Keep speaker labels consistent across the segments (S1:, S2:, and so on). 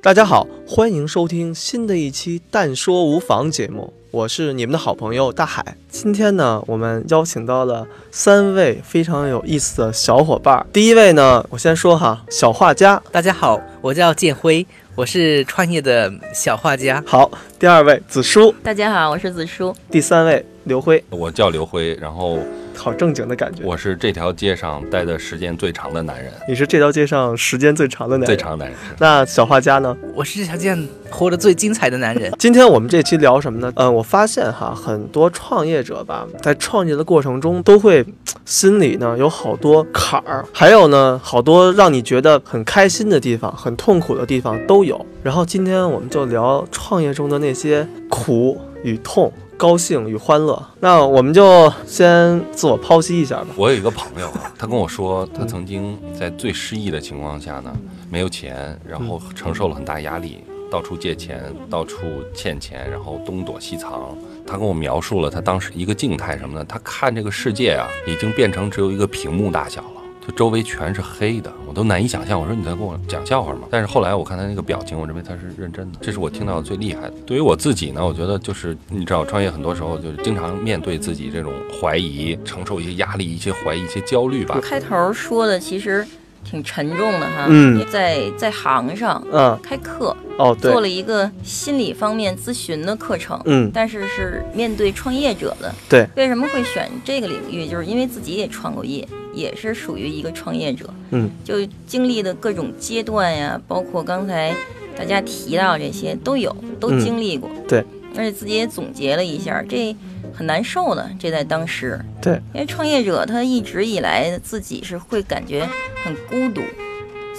S1: 大家好，欢迎收听新的一期《但说无妨》节目，我是你们的好朋友大海。今天呢，我们邀请到了三位非常有意思的小伙伴。第一位呢，我先说哈，小画家。
S2: 大家好，我叫建辉，我是创业的小画家。
S1: 好，第二位子舒。
S3: 大家好，我是子舒。
S1: 第三位刘辉，
S4: 我叫刘辉，然后
S1: 好正经的感觉。
S4: 我是这条街上待的时间最长的男人，
S1: 你是这条街上时间最长的男人。
S4: 最长男人。
S1: 那小画家呢？。
S2: 我是这条街上活得最精彩的男人
S1: 今天我们这期聊什么呢？嗯，我发现哈，很多创业者吧，在创业的过程中都会心里呢有好多坎儿，还有呢好多让你觉得很开心的地方，很痛苦的地方都有。然后今天我们就聊创业中的那些苦与痛。高兴与欢乐，那我们就先自我剖析一下吧。
S4: 我有一个朋友啊，他跟我说，他曾经在最失意的情况下呢，没有钱，然后承受了很大压力，到处借钱，到处欠钱，然后东躲西藏。他跟我描述了他当时一个静态什么呢？他看这个世界啊，已经变成只有一个屏幕大小了。就周围全是黑的，我都难以想象。我说你在跟我讲笑话吗？但是后来我看他那个表情，我认为他是认真的，这是我听到的最厉害的。对于我自己呢，我觉得就是你知道，创业很多时候就是经常面对自己这种怀疑，承受一些压力、一些怀疑、一些焦虑吧。
S3: 开头说的其实挺沉重的哈，
S1: 嗯
S3: 在在行上呃
S1: 嗯，
S3: 开课，
S1: 哦对
S3: 做，了一个心理方面咨询的课程，
S1: 嗯
S3: 但是是面对创业者的。
S1: 对，
S3: 为什么会选这个领域？就是因为自己也创过业，也是属于一个创业者，
S1: 嗯，
S3: 就经历的各种阶段呀，包括刚才大家提到这些都有，都
S1: 嗯
S3: 经历过，
S1: 对，
S3: 而且自己也总结了一下，这很难受的，这在当时，
S1: 对，
S3: 因为创业者他一直以来自己是会感觉很孤独，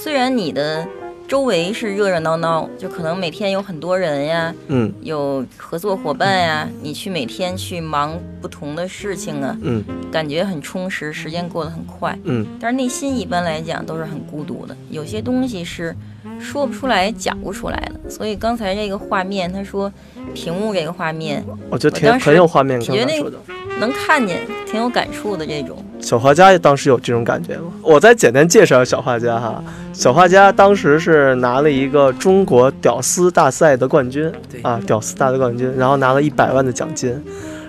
S3: 虽然你的周围是热热闹闹，就可能每天有很多人呀，
S1: 嗯
S3: 有合作伙伴呀、你去每天去忙不同的事情啊，
S1: 嗯
S3: 感觉很充实，时间过得很快。
S1: 嗯，
S3: 但是内心一般来讲都是很孤独的，有些东西是说不出来、讲不出来的。所以刚才这个画面，他说屏幕这个画面
S1: 我觉得
S3: 我
S1: 挺
S3: 当时
S1: 很有画面感。
S3: 觉得那
S1: 说的
S3: 能看见，挺有感触的这种。
S1: 小画家当时有这种感觉吗？我再简单介绍小画家哈，小画家当时是拿了一个中国屌丝大赛的冠军，
S2: 对
S1: 啊，屌丝大赛冠军，然后拿了一百万的奖金，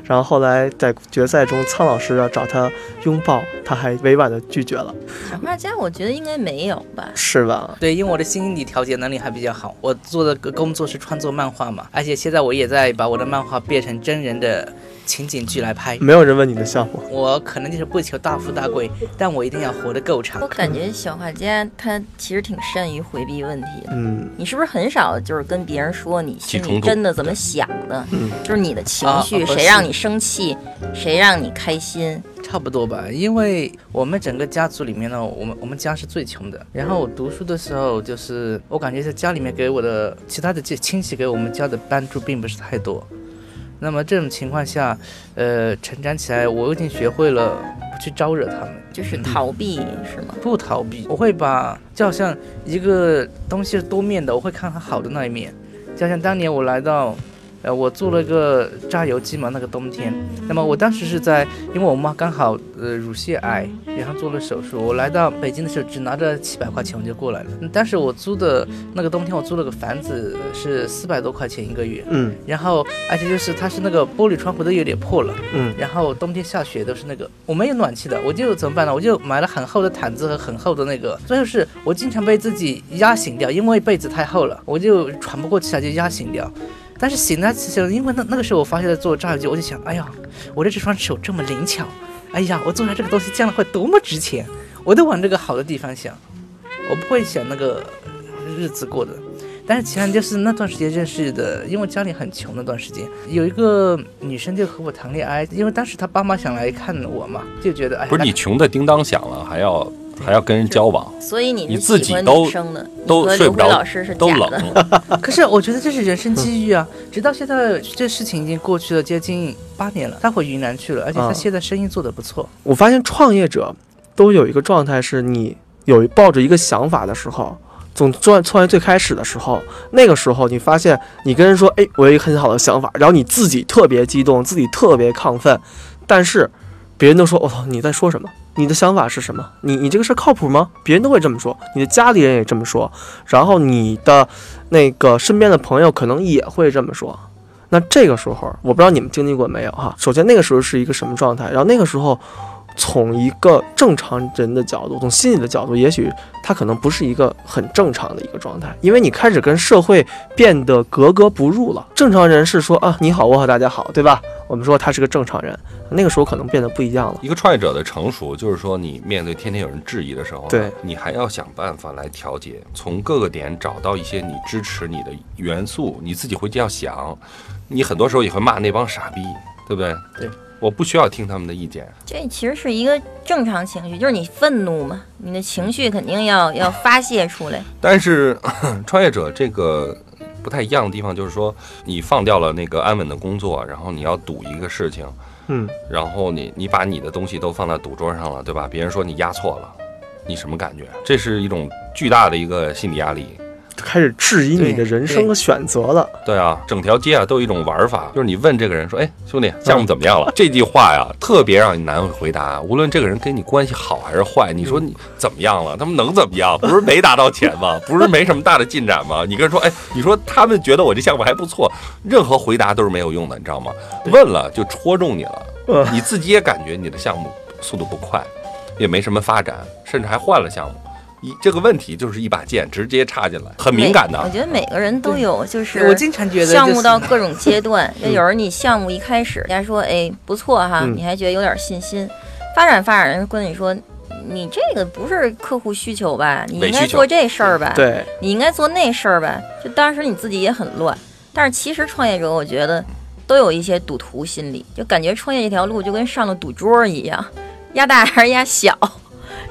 S1: 然后后来在决赛中，苍老师要找他拥抱，他还委婉的拒绝了，
S3: 小画家我觉得应该没有吧，
S1: 是吧？
S2: 对，因为我的心理调节能力还比较好，我做的工作是创作漫画嘛，而且现在我也在把我的漫画变成真人的情景剧来拍。
S1: 没有人问你的项目，
S2: 我可能就是不求大富大贵，但我一定要活得够长
S3: 我。感觉小画家他其实挺善于回避问题的。
S1: 嗯，
S3: 你是不是很少就是跟别人说你心
S4: 起冲
S3: 里
S4: 突嗯
S3: 真的怎么想的？就是你的情绪，
S2: 啊不是
S3: 谁让你生气，谁让你开心？
S2: 差不多吧，因为我们整个家族里面呢，我们我们家是最穷的。然后我读书的时候，就是我感觉在家里面给我的其他的亲亲戚给我们家的帮助并不是太多。那么这种情况下，呃，成长起来，我已经学会了不去招惹他们，
S3: 就是逃避是吗？
S2: 不逃避。我会把就好像一个东西是多面的，我会看它好的那一面。就好像当年我来到，呃，我做了个榨油机嘛，那个冬天。那么我当时是在，因为我妈刚好呃乳腺癌，然后做了手术。我来到北京的时候，只拿着七百块钱我就过来了。嗯当时我租的那个冬天，我租了个房子是四百多块钱一个月。
S1: 嗯。
S2: 然后，而且就是它是那个玻璃窗户都有点破了，
S1: 嗯
S2: 然后冬天下雪都是那个，我没有暖气的，我就怎么办呢？我就买了很厚的毯子和很厚的那个，最后是我经常被自己压醒掉，因为被子太厚了，我就喘不过气来就压醒掉。但是醒来其实，因为那那个时候我发现在做榨油机，我就想，哎呀，我的这双手这么灵巧，哎呀，我做出来这个东西将来会多么值钱，我都往这个好的地方想，我不会想那个日子过的。但是其实就是那段时间认识的，因为家里很穷那段时间，有一个女生就和我 谈恋爱，因为当时她爸妈想来看我嘛，就觉得哎呀，
S4: 不是你穷的叮当响了，还要还要跟人交往，
S3: 所以你
S4: 嗯你
S3: 是
S4: 自
S3: 喜
S4: 己
S3: 欢
S4: 都
S3: 女生的，你
S4: 都
S3: 和
S4: 睡
S3: 刘
S4: 不
S3: 辉
S4: 着，
S3: 老师是
S4: 都
S3: 假
S4: 冷
S3: 的。。
S2: 可是我觉得这是人生机遇啊！直到现在，这事情已经过去了接近八年了。他回云南去了，而且他
S1: 嗯
S2: 现在生意做得不错。
S1: 我发现创业者都有一个状态，是你有抱着一个想法的时候，总创创业最开始的时候，那个时候你发现你跟人说，哎，我有一个很好的想法，然后你自己特别激动，自己特别亢奋，但是别人都说，我、操，你在说什么？你的想法是什么？你你这个事儿靠谱吗？别人都会这么说，你的家里人也这么说，然后你的那个身边的朋友可能也会这么说。那这个时候，我不知道你们经历过没有哈。首先，那个时候是一个什么状态？然后那个时候从一个正常人的角度，从心理的角度，也许他可能不是一个很正常的一个状态，因为你开始跟社会变得格格不入了。正常人是说啊，你好，我好，大家好，对吧？我们说他是个正常人，那个时候可能变得不一样了。
S4: 一个创业者的成熟，就是说你面对天天有人质疑的时候呢，
S1: 对
S4: 你还要想办法来调节，从各个点找到一些你支持你的元素，你自己回去要想。你很多时候也会骂那帮傻逼，对不对？
S2: 对，
S4: 我不需要听他们的意见。
S3: 这其实是一个正常情绪，就是你愤怒嘛，你的情绪肯定要要发泄出来。
S4: 但是 创业者这个不太一样的地方，就是说你放掉了那个安稳的工作，然后你要赌一个事情，
S1: 嗯，
S4: 然后你你把你的东西都放在赌桌上了，对吧？别人说你押错了，你什么感觉？这是一种巨大的一个心理压力。
S1: 开始质疑你的人生和选择了。
S4: 对啊，整条街啊都有一种玩法，就是你问这个人说：“哎，兄弟，项目怎么样了？”这句话呀，特别让你难以回答。无论这个人跟你关系好还是坏，你说你怎么样了？他们能怎么样？不是没拿到钱吗？不是没什么大的进展吗？你跟人说：“哎，你说他们觉得我这项目还不错。”任何回答都是没有用的，你知道吗？问了就戳中你了，你自己也感觉你的项目速度不快，也没什么发展，甚至还换了项目。一这个问题就是一把剑直接插进来，很敏感的
S3: 每我。觉得每个人都有，就是
S2: 我经常觉得就是
S3: 项目到各种阶段，就有时候你项目一开始，人家说哎不错哈，
S1: 嗯
S3: 你还觉得有点信心，发展发展，人家跟你说你这个不是客户需求吧，你
S4: 伪
S3: 应该
S4: 需求
S3: 做这事儿吧，
S1: 对，
S3: 你应该做那事儿吧。就当时你自己也很乱，但是其实创业者，我觉得都有一些赌徒心理，就感觉创业这条路就跟上了赌桌一样，压大还是压小，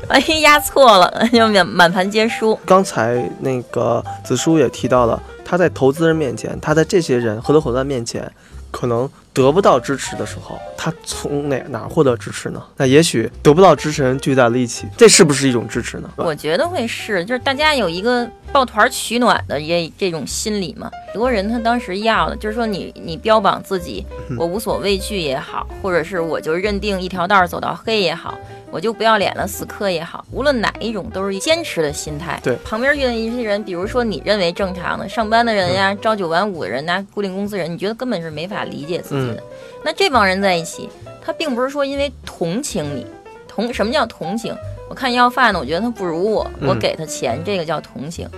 S3: 万一压错了，就满满盘皆输。
S1: 刚才那个子舒也提到了，他在投资人面前，他在这些人合作伙伴面前，可能得不到支持的时候，他从哪哪获得支持呢？那也许得不到支持人聚在了一起，这是不是一种支持呢？
S3: 我觉得会是，就是大家有一个抱团取暖的这这种心理嘛。很多人他当时要的就是说你你标榜自己，我无所畏惧也好，或者是我就认定一条道儿走到黑也好，我就不要脸了死磕也好，无论哪一种都是坚持的心态。
S1: 对
S3: 旁边遇到一些人，比如说你认为正常的上班的人呀，朝九晚五的人呐、固定工资人，你觉得根本是没法理解自己的。那这帮人在一起，他并不是说因为同情你，同什么叫同情？我看要饭的，我觉得他不如我，
S1: 嗯
S3: 我给他钱，这个叫同情。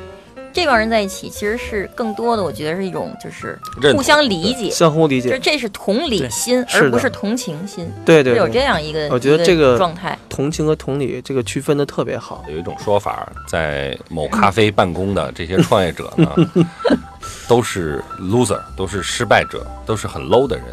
S3: 这帮人在一起，其实是更多的，我觉得是一种就是
S4: 认
S3: 互
S4: 同
S3: 相理解，
S1: 相互理
S3: 就
S1: 解，
S3: 是这是同理
S2: 对
S3: 心，
S1: 是的
S3: 而不是同情心，
S1: 对对
S3: 是有
S1: 对，
S3: 这样一个
S1: 我觉得
S3: 一
S1: 这个
S3: 状态。
S1: 同情和同理这个区分的特别好。
S4: 有一种说法，在某咖啡办公的这些创业者呢，都是 loser，都是失败者，都是很 low 的人。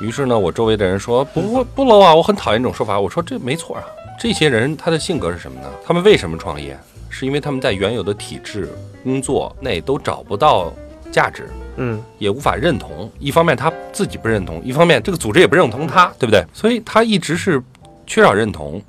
S4: 于是呢，我周围的人说不不不 low 啊，我很讨厌这种说法。我说这没错啊，这些人他的性格是什么呢？他们为什么创业？是因为他们在原有的体制、工作内都找不到价值，
S1: 嗯，
S4: 也无法认同。一方面他自己不认同，一方面这个组织也不认同他，对不对？所以他一直是缺少认同，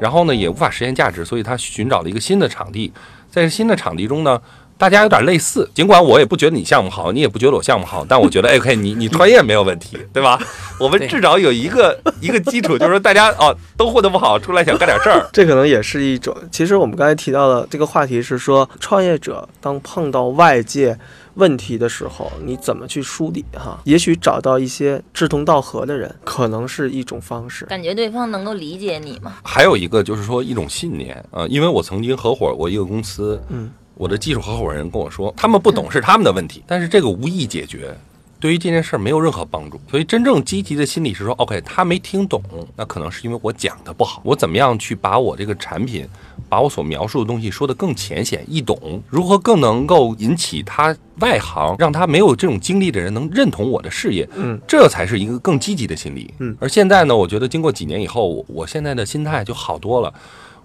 S4: 然后呢也无法实现价值，所以他寻找了一个新的场地。在这新的场地中呢，大家有点类似，尽管我也不觉得你项目好，你也不觉得我项目好，但我觉得哎，OK，你你创业没有问题，对吧？我们
S2: 对
S4: 至少有一个一个基础，就是说大家哦都混得不好，出来想干点事儿。
S1: 这可能也是一种。其实我们刚才提到的这个话题是说，创业者当碰到外界问题的时候，你怎么去梳理哈？也许找到一些志同道合的人，可能是一种方式。
S3: 感觉对方能够理解你嘛？
S4: 还有一个就是说一种信念啊、呃因为我曾经合伙过一个公司，
S1: 嗯，
S4: 我的技术合伙人跟我说，他们不懂是他们的问题，但是这个无意解决，对于这件事儿没有任何帮助。所以真正积极的心理是说，OK，他没听懂，那可能是因为我讲的不好，我怎么样去把我这个产品，把我所描述的东西说得更浅显易懂，如何更能够引起他外行，让他没有这种经历的人能认同我的事业，
S1: 嗯，
S4: 这才是一个更积极的心理。
S1: 嗯
S4: 而现在呢，我觉得经过几年以后，我我现在的心态就好多了。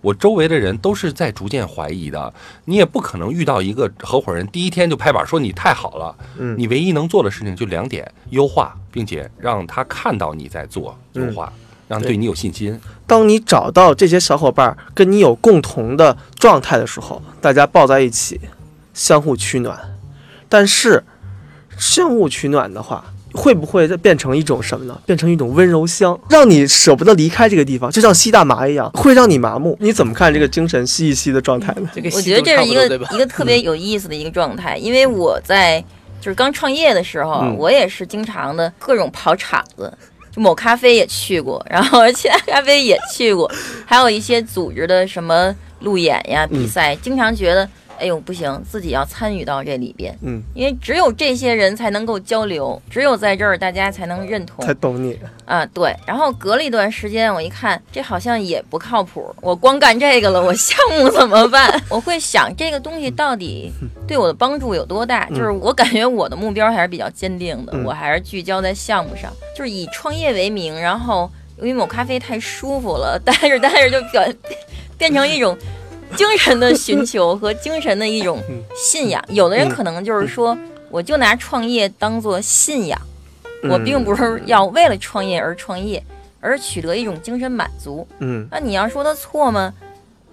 S4: 我周围的人都是在逐渐怀疑的。你也不可能遇到一个合伙人第一天就拍板说你太好了，
S1: 嗯
S4: 你唯一能做的事情就两点：优化，并且让他看到你在做优化，让他对你有信心。
S1: 当你找到这些小伙伴儿跟你有共同的状态的时候，大家抱在一起，相互取暖。但是，相互取暖的话，会不会变成一种什么呢？变成一种温柔乡，让你舍不得离开这个地方，就像吸大麻一样，会让你麻木。你怎么看这个精神吸一吸的状态呢？
S2: 这个
S3: 我
S2: 习
S3: 觉
S2: 俗
S3: 得嗯这
S2: 差
S3: 是
S2: 不
S3: 一
S2: 多
S3: 个
S2: 对嗯吧？
S3: 一个特别有意思的一个状态，因为我在就是刚创业的时候，啊
S1: 嗯
S3: 我也是经常的各种跑场子。就某咖啡也去过， 然后其他咖啡也去过，还有一些组织的什么路演呀、比
S2: 嗯
S3: 赛，经常觉得，哎呦不行，自己要参与到这里边，
S1: 嗯，
S3: 因为只有这些人才能够交流，只有在这儿大家才能认同，
S1: 才懂你。
S3: 啊，对。然后隔了一段时间，我一看这好像也不靠谱，我光干这个了，我项目怎么办？ 我会想这个东西到底对我的帮助有多大？就是我感觉我的目标还是比较坚定的
S1: 嗯，
S3: 我还是聚焦在项目上，就是以创业为名，然后因为某咖啡太舒服了，待着待着就表变成一种。精神的寻求和精神的一种信仰，有的人可能就是说，我就拿创业当做信仰，我并不是要为了创业而创业，而是取得一种精神满足。
S1: 嗯，
S3: 那你要说他错吗？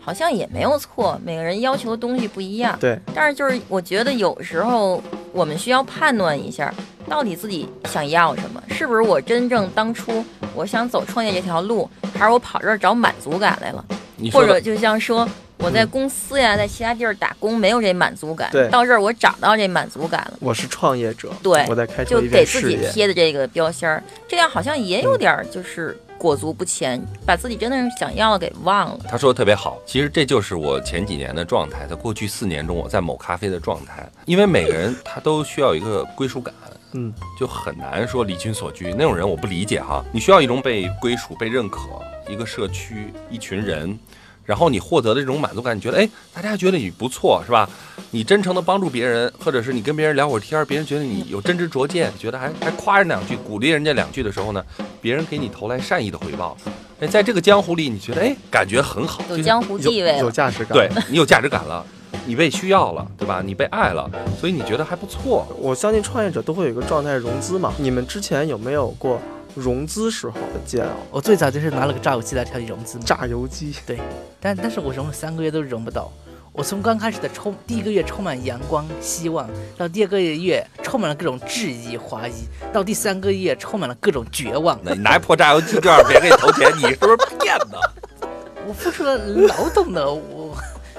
S3: 好像也没有错，每个人要求的东西不一样。
S1: 对，
S3: 但是就是我觉得有时候我们需要判断一下，到底自己想要什么，是不是我真正当初我想走创业这条路，还是我跑这儿找满足感来了？
S4: 你说
S3: 或
S4: 的
S3: 者就像说我在公司呀，在其他地儿打工没有这满足感
S1: 对，
S3: 到这儿我找到这满足感了。
S1: 我是创业者，
S3: 对
S1: 我在开
S3: 就
S1: 创一
S3: 给
S1: 片
S3: 自
S1: 事
S3: 己
S1: 业。
S3: 贴的这个标签儿，这样好像也有点儿就是裹足不前，把自己真正想要的给忘了。
S4: 他说的特别好，其实这就是我前几年的状态，在过去四年中我在某咖啡的状态，因为每个人他都需要一个归属感，
S1: 嗯，
S4: 就很难说离群索居那种人我不理解哈，你需要一种被归属、被认可，一个社区、一群人，然后你获得的这种满足感，你觉得哎，大家觉得你不错是吧？你真诚的帮助别人，或者是你跟别人聊会儿天儿，别人觉得你有真知灼见，觉得还还夸人两句，鼓励人家两句的时候呢，别人给你投来善意的回报。哎，在这个江湖里，你觉得哎，感觉很好，
S3: 有
S4: 就是
S3: 江湖地位
S1: 有有
S3: 了，
S1: 价值感。
S4: 对你有价值感了，你被需要了，对吧？你被爱了，所以你觉得还不错。
S1: 我相信创业者都会有一个状态是融资嘛。你们之前有没有过融资时候的煎熬？
S2: 我最早就是拿了个榨油机来调节融资嘛，
S1: 榨油机，
S2: 但但是我融了三个月都融不到。我从刚开始的充第一个月充满阳光希望，到第二个月充满了各种质疑怀疑，到第三个月充满了各种绝望。
S4: 那你拿一破榨油机这样，别人给你投钱，你是不是骗的？
S2: 我付出了劳动的，我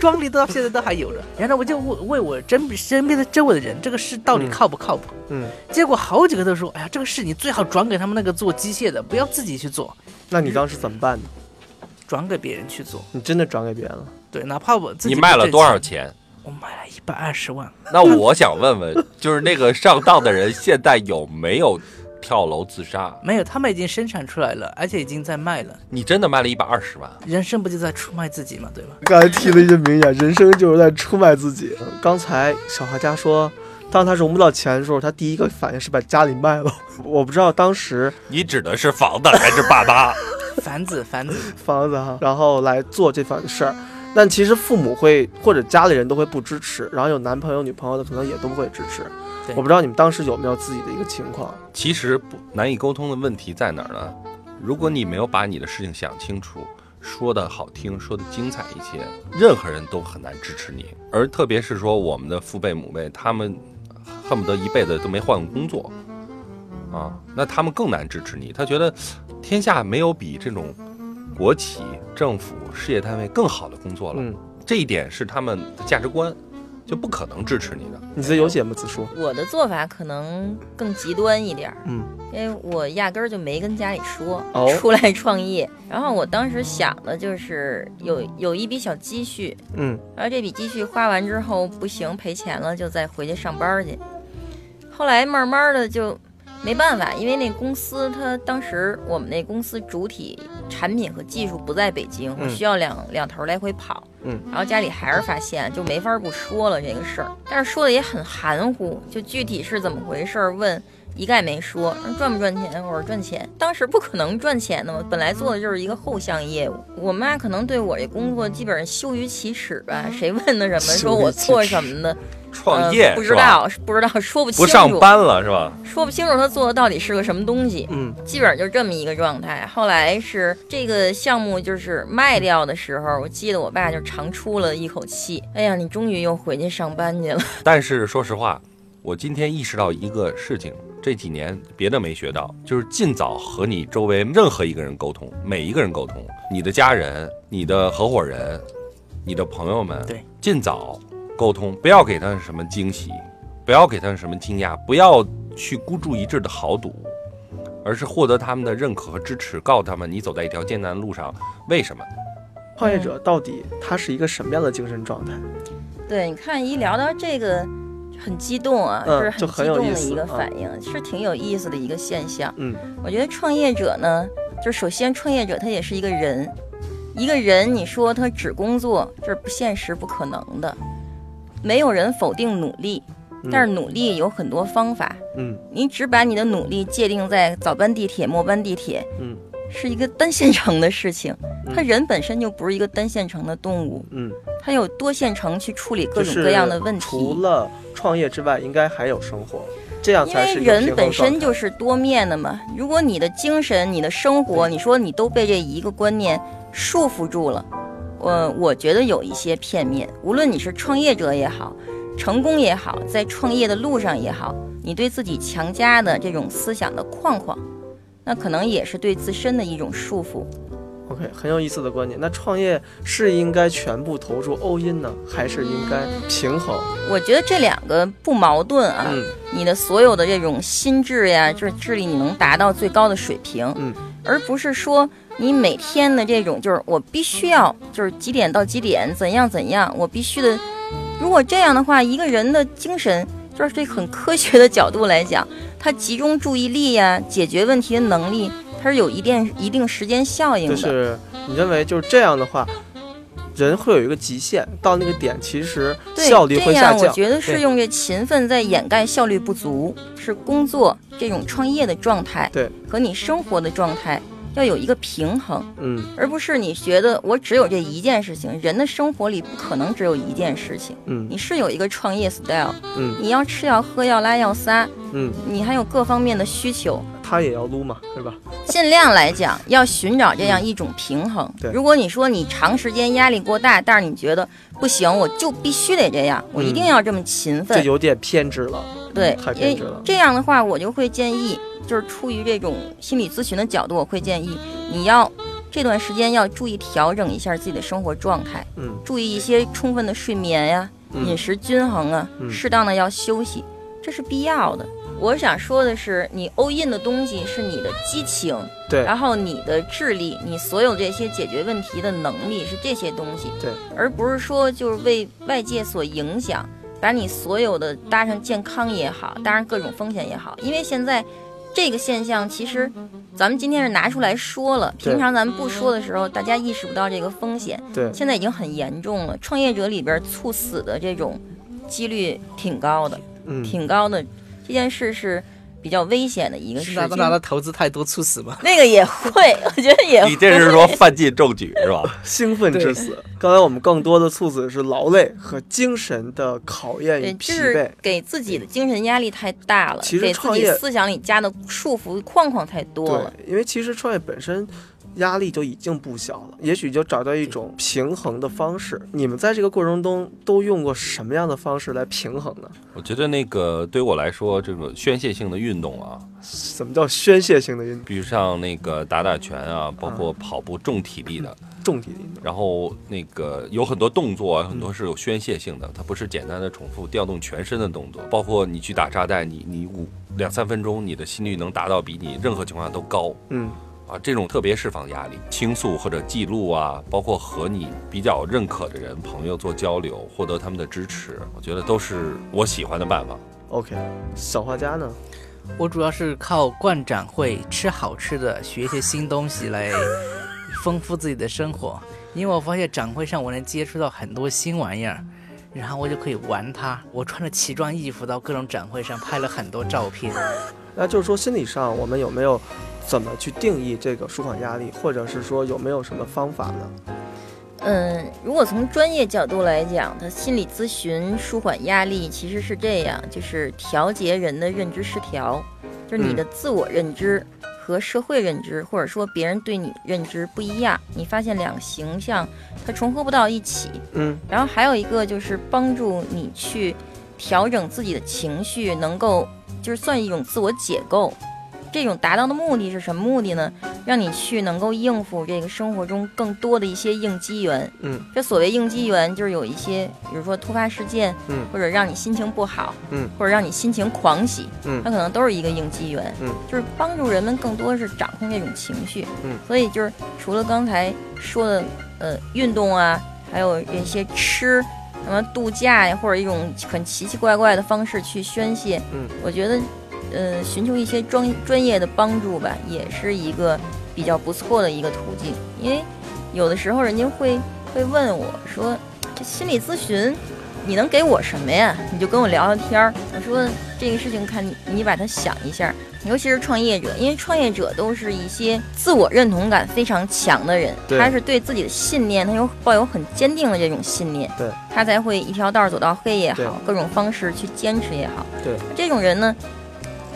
S2: 庄力都到现在都还有着。然后我就问问我身身边的周围的人，这个事到底
S1: 嗯
S2: 靠不靠谱？
S1: 嗯，
S2: 结果好几个都说，哎呀，这个事你最好转给他们那个做机械的，不要自己去做，
S1: 那你当时怎么办呢？
S2: 转给别人去做。
S1: 你真的转给别人了？
S2: 对，哪怕我 自己
S4: 你卖
S2: 不
S4: 了
S2: 挣
S4: 多
S2: 钱
S4: 少？钱？
S2: 我买了一百二十万。
S4: 那我想问 问，就是那个上当的人，现在有没有跳楼自杀？
S2: 没有，他们已经生产出来了，而且已经在卖了。
S4: 你真的卖了一百二十万？
S2: 人生不就在出卖自己嘛，对吧？
S1: 刚才提了一句名言：人生就是在出卖自己。刚才小画家说，当他融不到钱的时候，他第一个反应是把家里卖了。 我不知道当时
S4: 你指的是房子还是爸妈？
S2: 房子，房子，
S1: 房子啊哈，然后来做这番事儿。但其实父母会或者家里人都会不支持，然后有男朋友女朋友的可能也都不会支持。
S2: 对
S1: 我不知道你们当时有没有自己的一个情况。
S4: 其实不难以沟通的问题在哪儿呢？如果你没有把你的事情想清楚，说的好听，说的精彩一些，任何人都很难支持你。而特别是说我们的父辈母辈，他们恨不得一辈子都没换过工作，啊，那他们更难支持你。他觉得天下没有比这种国企、政府、事业单位更好的工作了，
S1: 嗯，
S4: 这一点是他们的价值观，就不可能支持你的。
S1: 你自己有写吗？子舒，
S3: 我的做法可能更极端一点儿，
S1: 嗯，
S3: 因为我压根儿就没跟家里说、
S1: 哦
S3: 出来创业。然后我当时想的就是有有一笔小积蓄，
S1: 嗯，
S3: 然后这笔积蓄花完之后不行赔钱了，就再回去上班去。后来慢慢的就没办法，因为那公司它当时我们那公司主体产品和技术不在北京，我
S1: 嗯
S3: 需要两两头来回跑。
S1: 嗯，
S3: 然后家里还是发现，就没法不说了这个事儿，但是说的也很含糊，就具体是怎么回事儿问一概没说，赚不赚钱我说赚钱，当时不可能赚钱的嘛，本来做的就是一个后项业务。我妈可能对我这工作基本上羞于启齿吧，谁问的什么，说我做什么的，
S4: 创业、
S3: 呃、不
S4: 是
S3: 知
S4: 吧
S3: 道，不知道，说不清
S4: 不
S3: 楚，
S4: 上班了是吧？
S3: 说不清楚他做的到底是个什么东西，
S1: 嗯，
S3: 基本上就这么一个状态。后来是这个项目就是卖掉的时候，我记得我爸就长出了一口气，哎呀，你终于又回去上班去了。
S4: 但是说实话，我今天意识到一个事情，这几年别的没学到，就是尽早和你周围任何一个人沟通，每一个人沟通，你的家人、你的合伙人、你的朋友们，
S2: 对，
S4: 尽早沟通，不要给他什么惊喜，不要给他什么惊讶，不要去孤注一掷的豪赌。而是获得他们的认可和支持，告诉他们你走在一条艰难的路上，为什么？
S1: 创业者到底他是一个什么样的精神状态？
S3: 对，你看一聊到这个，很激动啊，
S1: 嗯
S3: 是
S1: 就
S3: 很
S1: 很
S3: 激
S1: 有
S3: 动
S1: 意
S3: 的一
S1: 思
S3: 个
S1: 嗯
S3: 反应，是挺有意思的一个现象。
S1: 嗯，
S3: 我觉得创业者呢，就首先创业者他也是一个人，一个人你说他只工作，这是不现实、不可能的。没有人否定努力，但是努力有很多方法。
S1: 嗯，
S3: 你只把你的努力界定在早班地铁、末班地铁，
S1: 嗯，
S3: 是一个单线程的事情。
S1: 嗯
S3: 他人本身就不是一个单线程的动物，
S1: 嗯，
S3: 它有多线程去处理
S1: 就
S3: 各种
S1: 是
S3: 各样的问题。
S1: 除了创业之外，应该还有生活，这样
S3: 因
S1: 才
S3: 为
S1: 是一个
S3: 人
S1: 平
S3: 本
S1: 衡状
S3: 身
S1: 态。
S3: 就是多面的嘛，如果你的精神、你的生活，你说你都被这一个观念束缚住了，我我觉得有一些片面。无论你是创业者也好，成功也好，在创业的路上也好，你对自己强加的这种思想的框框，那可能也是对自身的一种束缚。
S1: OK，很有意思的观点。那创业是应该全部投入 all in 呢，还是应该平衡？
S3: 我觉得这两个不矛盾啊。
S1: 嗯
S3: 你的所有的这种心智呀，就是智力，你能达到最高的水平，
S1: 嗯，
S3: 而不是说你每天的这种就是我必须要就是几点到几点怎样怎样，我必须的。如果这样的话，一个人的精神就是这很科学的角度来讲，他集中注意力呀，解决问题的能力，它是有一定一定时间效应
S1: 就
S3: 的。
S1: 是你认为就是这样的话，人会有一个极限，到那个点其实
S3: 对，
S1: 效率会下
S3: 这样我
S1: 降。
S3: 觉得是
S1: 对
S3: 用这勤奋在掩盖效率不足，是工作这种创业的状态，
S1: 对，
S3: 和你生活的状态要有一个平衡，
S1: 嗯
S3: 而不是你觉得我只有这一件事情。人的生活里不可能只有一件事情，
S1: 嗯
S3: 你是有一个创业 style，
S1: 嗯
S3: 你要吃药、喝药、拉药、撒，
S1: 嗯，
S3: 你还有各方面的需求。
S1: 他也要撸嘛，是吧？
S3: 尽量来讲，要寻找这样一种平衡。
S1: 嗯对
S3: 如果你说你长时间压力过大，但是你觉得不行，我就必须得这样，我一定要这么勤
S1: 嗯
S3: 奋
S1: 这。有点偏执了。嗯
S3: 对
S1: 太，偏
S3: 因
S1: 执
S3: 为
S1: 了。
S3: 这样的话，我就会建议，就是出于这种心理咨询的角度，我会建议你要这段时间要注意调整一下自己的生活状态，
S1: 嗯
S3: 注意一些充分的睡眠呀、
S1: 嗯
S3: 饮食均衡啊，
S1: 嗯
S3: 适当的要休息，这是必要的。我想说的是，你 all in 的东西是你的激情，
S1: 对
S3: 然后你的智力，你所有这些解决问题的能力是这些东西，
S1: 对，
S3: 而不是说就是为外界所影响，把你所有的搭上健康也好，搭上各种风险也好，因为现在这个现象其实咱们今天是拿出来说了，
S1: 对
S3: 平常咱们不说的时候，大家意识不到这个风险，
S1: 对，
S3: 现在已经很严重了。创业者里边猝死的这种几率挺高的，
S1: 嗯
S3: 挺高的，这件事是比较危险的一个事
S2: 是
S3: 情
S2: 拿。拿到投资太多猝死吗？
S3: 那个也会，我觉得也会。
S4: 你这是说犯禁中举是吧？
S1: 兴奋致死。刚才我们更多的猝死是劳累和精神的考验与
S3: 对，
S1: 疲惫
S3: 就
S1: 嗯
S3: 是。给自己的精神压力太大了，
S1: 其实
S3: 给自
S1: 创
S3: 己
S1: 业
S3: 思想里加的束缚框框太多
S1: 对
S3: 了。，
S1: 因为其实创业本身压力就已经不小了，也许就找到一种平衡的方式。你们在这个过程中都用过什么样的方式来平衡呢？
S4: 我觉得那个对于我来说，这种宣泄性的运动啊，
S1: 什么叫宣泄性的运
S4: 比如像那个打打拳啊，包括跑步重体力的，
S1: 重体力运动？
S4: 然后那个有很多动作啊，很多是有宣泄性的，它不是简单的重复调动全身的动作，包括你去打炸弹，你你五两三分钟，你的心率能达到比你任何情况下都高。
S1: 嗯
S4: 啊，这种特别释放压力，倾诉或者记录啊，包括和你比较认可的人、朋友做交流，获得他们的支持，我觉得都是我喜欢的办法。
S1: ，OK，小画家呢？
S2: 我主要是靠逛展会、吃好吃的、学一些新东西来丰富自己的生活。因为我发现展会上我能接触到很多新玩意儿，然后我就可以玩它。我穿着奇装异服到各种展会上拍了很多照片，
S1: 那就是说心理上我们有没有怎么去定义这个舒缓压力，或者是说有没有什么方法呢？
S3: 嗯，如果从专业角度来讲，它心理咨询舒缓压力其实是这样，就是调节人的认知失调，就是你的自我认知和社会认知，或者说别人对你认知不一样，你发现两个形象它重合不到一起。
S1: 嗯
S3: 然后还有一个就是帮助你去调整自己的情绪，能够就是算一种自我解构。这种达到的目的是什么目的呢？让你去能够应付这个生活中更多的一些应激源。
S1: 嗯，
S3: 这所谓应激源就是有一些，比如说突发事件，
S1: 嗯
S3: 或者让你心情不好，
S1: 嗯，
S3: 或者让你心情狂喜，
S1: 嗯
S3: 它可能都是一个应激源。
S1: 嗯，
S3: 就是帮助人们更多是掌控这种情绪。
S1: 嗯，
S3: 所以就是除了刚才说的呃运动啊，还有一些吃，什么度假呀，或者一种很奇奇怪怪的方式去宣泄。
S1: 嗯，
S3: 我觉得，呃，寻求一些专专业的帮助吧，也是一个比较不错的一个途径。因为有的时候人家会会问我说，这心理咨询你能给我什么呀？你就跟我聊聊天儿。我说这个事情看你你把它想一下。尤其是创业者，因为创业者都是一些自我认同感非常强的人，
S1: 对
S3: 他是对自己的信念，他有抱有很坚定的这种信念，
S1: 对，
S3: 他才会一条道儿走到黑也
S1: 对
S3: 好，各种方式去坚持也好。
S1: 对，
S3: 这种人呢，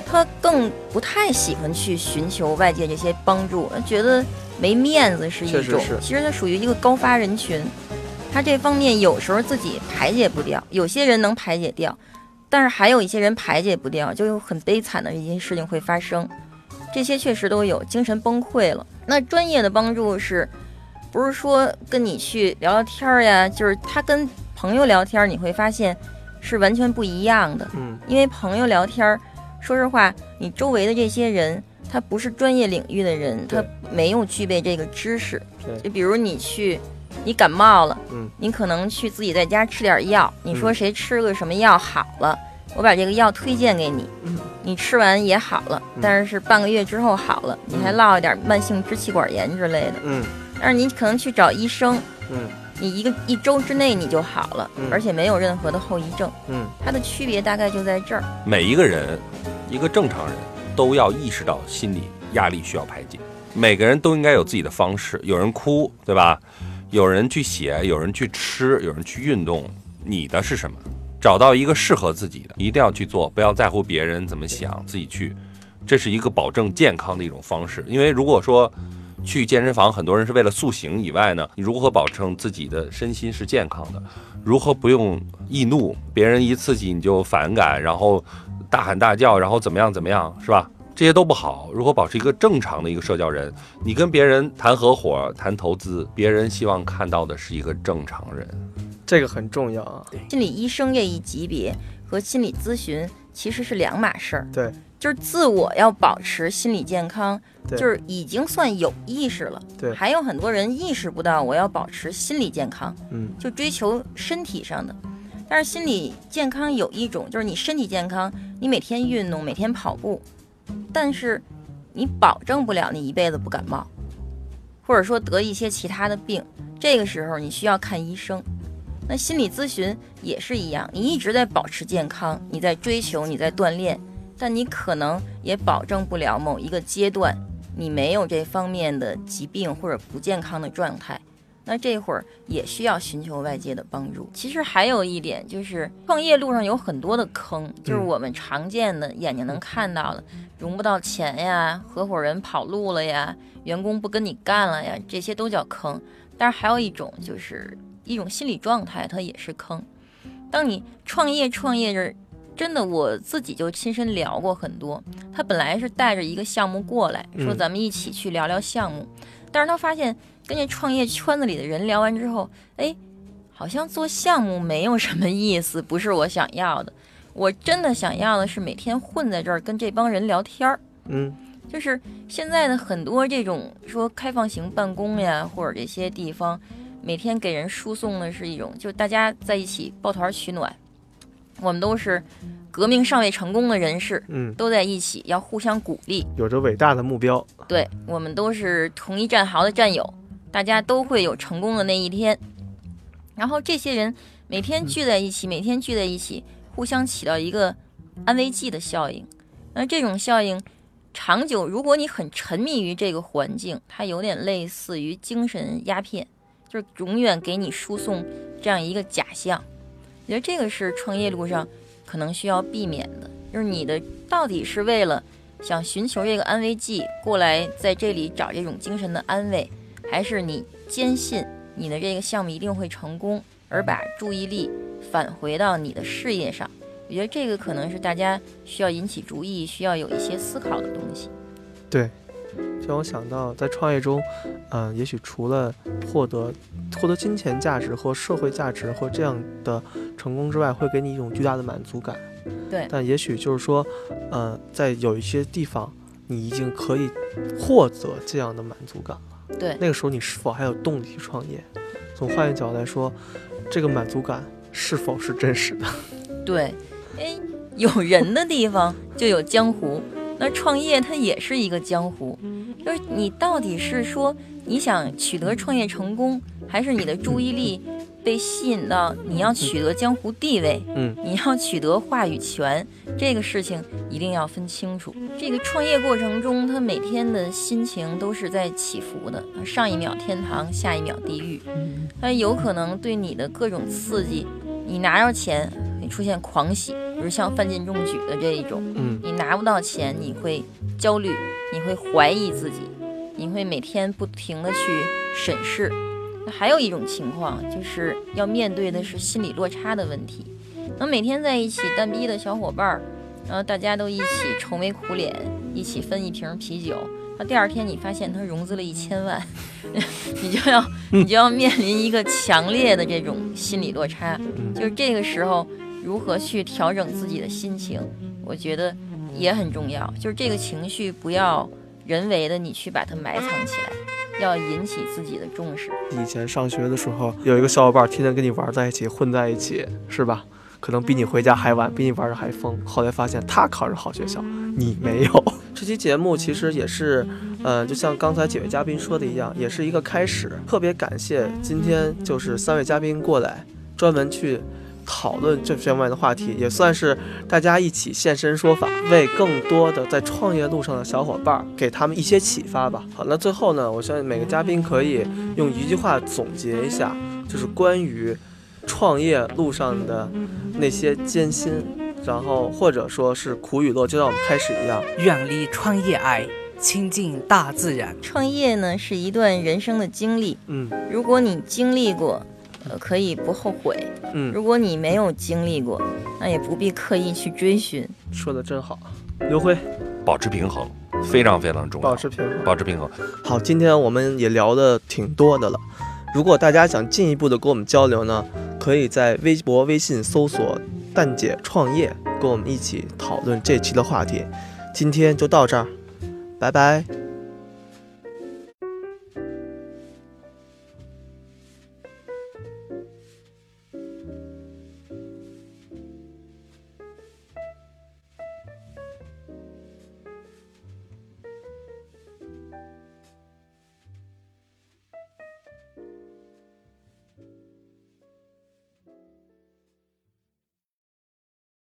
S3: 他更不太喜欢去寻求外界这些帮助，他觉得没面子是一
S1: 确实
S3: 种
S1: 是，
S3: 其实他属于一个高发人群，他这方面有时候自己排解不掉，有些人能排解掉，但是还有一些人排解不掉，就有很悲惨的一些事情会发生，这些确实都有，精神崩溃了。那专业的帮助是，不是说跟你去聊聊天儿呀？就是他跟朋友聊天儿，你会发现是完全不一样的。
S1: 嗯
S3: 因为朋友聊天儿，说实话，你周围的这些人，他不是专业领域的人，
S1: 对
S3: 他没有具备这个知识
S1: 对。
S3: 就比如你去，你感冒了，
S1: 嗯，
S3: 你可能去自己在家吃点药，你说
S1: 嗯
S3: 谁吃个什么药好了，我把这个药推荐给你，
S1: 嗯
S3: 你吃完也好了，
S1: 嗯
S3: 但是是半个月之后好了，你还落一点慢性支气管炎之类的。
S1: 嗯
S3: 但是你可能去找医生，
S1: 嗯
S3: 你一个一周之内你就好了，
S1: 嗯
S3: 而且没有任何的后遗症。
S1: 嗯，
S3: 它的区别大概就在这儿。
S4: 每一个人，一个正常人，都要意识到心理压力需要排解。每个人都应该有自己的方式，有人哭，对吧？有人去写，有人去吃，有人去运动。你的是什么？找到一个适合自己的，一定要去做，不要在乎别人怎么想，自己去。这是一个保证健康的一种方式。因为如果说去健身房，很多人是为了塑形以外呢，你如何保证自己的身心是健康的？如何不用易怒？别人一刺激你就反感，然后大喊大叫，然后怎么样怎么样，是吧？这些都不好。如何保持一个正常的一个社交人？你跟别人谈合伙、谈投资，别人希望看到的是一个正常人。
S1: 这个很重要啊。
S3: 心理医生这一级别和心理咨询其实是两码事儿。
S1: 对，
S3: 就是自我要保持心理健康，
S1: 对
S3: 就是已经算有意识了。
S1: 对
S3: 还有很多人意识不到我要保持心理健康，
S1: 嗯，
S3: 就追求身体上的。但是心理健康有一种，就是你身体健康，你每天运动，每天跑步，但是你保证不了你一辈子不感冒，或者说得一些其他的病。这个时候你需要看医生。那心理咨询也是一样，你一直在保持健康，你在追求，你在锻炼，但你可能也保证不了某一个阶段，你没有这方面的疾病或者不健康的状态。那这会儿也需要寻求外界的帮助。其实还有一点就是，创业路上有很多的坑，就是我们常见的、眼睛能看到的，融不到钱呀，合伙人跑路了呀，员工不跟你干了呀，这些都叫坑。但是还有一种就是一种心理状态，它也是坑。当你创业创业着，真的我自己就亲身聊过很多。他本来是带着一个项目过来，说
S1: 嗯
S3: 咱们一起去聊聊项目，但是他发现跟这创业圈子里的人聊完之后，哎，好像做项目没有什么意思，不是我想要的。我真的想要的是每天混在这儿跟这帮人聊天儿。
S1: 嗯
S3: 就是现在的很多这种说开放型办公呀，或者这些地方，每天给人输送的是一种，就是大家在一起抱团取暖。我们都是革命尚未成功的人士，
S1: 嗯，
S3: 都在一起要互相鼓励。
S1: 有着伟大的目标。
S3: 对我们都是同一战壕的战友，大家都会有成功的那一天。然后这些人每天聚在一起，每天聚在一起，互相起到一个安慰剂的效应。那这种效应长久，如果你很沉迷于这个环境，它有点类似于精神鸦片，就是永远给你输送这样一个假象。我觉得这个是创业路上可能需要避免的，就是你的到底是为了想寻求这个安慰剂过来在这里找这种精神的安慰，还是你坚信你的这个项目一定会成功，而把注意力返回到你的事业上？我觉得这个可能是大家需要引起注意、需要有一些思考的东西。
S1: 这让我想到，在创业中，嗯、也许除了获得获得金钱价值或社会价值或这样的成功之外，会给你一种巨大的满足感。
S3: 对
S1: 但也许就是说，呃，在有一些地方，你已经可以获得这样的满足感了。
S3: 对
S1: 那个时候你是否还有动力去创业？从换一个角度来说，这个满足感是否是真实的？
S3: 对，因为有人的地方就有江湖，那创业它也是一个江湖，就是你到底是说你想取得创业成功，还是你的注意力被吸引到你要取得江湖地位，
S1: 嗯，
S3: 你要取得话语权，这个事情一定要分清楚。这个创业过程中，他每天的心情都是在起伏的，上一秒天堂，下一秒地狱，他有可能对你的各种刺激，你拿着钱你出现狂喜，比如像范进中举的这一种，
S1: 嗯，
S3: 你拿不到钱，你会焦虑，你会怀疑自己，你会每天不停的去审视。那还有一种情况，就是要面对的是心理落差的问题。那每天在一起蛋逼的小伙伴儿，然后大家都一起愁眉苦脸，一起分一瓶啤酒。那第二天你发现他融资了一千万， 你就要你就要面临一个强烈的这种心理落差。就是这个时候如何去调整自己的心情，我觉得也很重要。就是这个情绪不要人为的你去把它埋藏起来，要引起自己的重视。
S1: 以前上学的时候，有一个小伙伴天天跟你玩在一起，混在一起，是吧？可能比你回家还晚，比你玩的还疯。后来发现他考上好学校，你没有。这期节目其实也是，呃，就像刚才几位嘉宾说的一样，也是一个开始。特别感谢今天就是三位嘉宾过来，专门去讨论这方面的话题，也算是大家一起现身说法，为更多的在创业路上的小伙伴儿给他们一些启发吧。好，那最后呢，我相信每个嘉宾可以用一句话总结一下，就是关于创业路上的那些艰辛，然后或者说是苦与乐，就像我们开始一样，
S2: 远离创业癌，亲近大自然。
S3: 创业呢是一段人生的经历，
S1: 嗯
S3: 如果你经历过，呃，可以不后悔；
S1: 嗯，
S3: 如果你没有经历过，那也不必刻意去追寻。
S1: 说的真好，刘辉
S4: 保持平衡非常非常重要，
S1: 保持平衡。
S4: 保持平衡。
S1: 好，今天我们也聊的挺多的了。如果大家想进一步的跟我们交流呢，可以在微博、微信搜索“蛋姐创业”，跟我们一起讨论这期的话题。今天就到这儿，拜拜。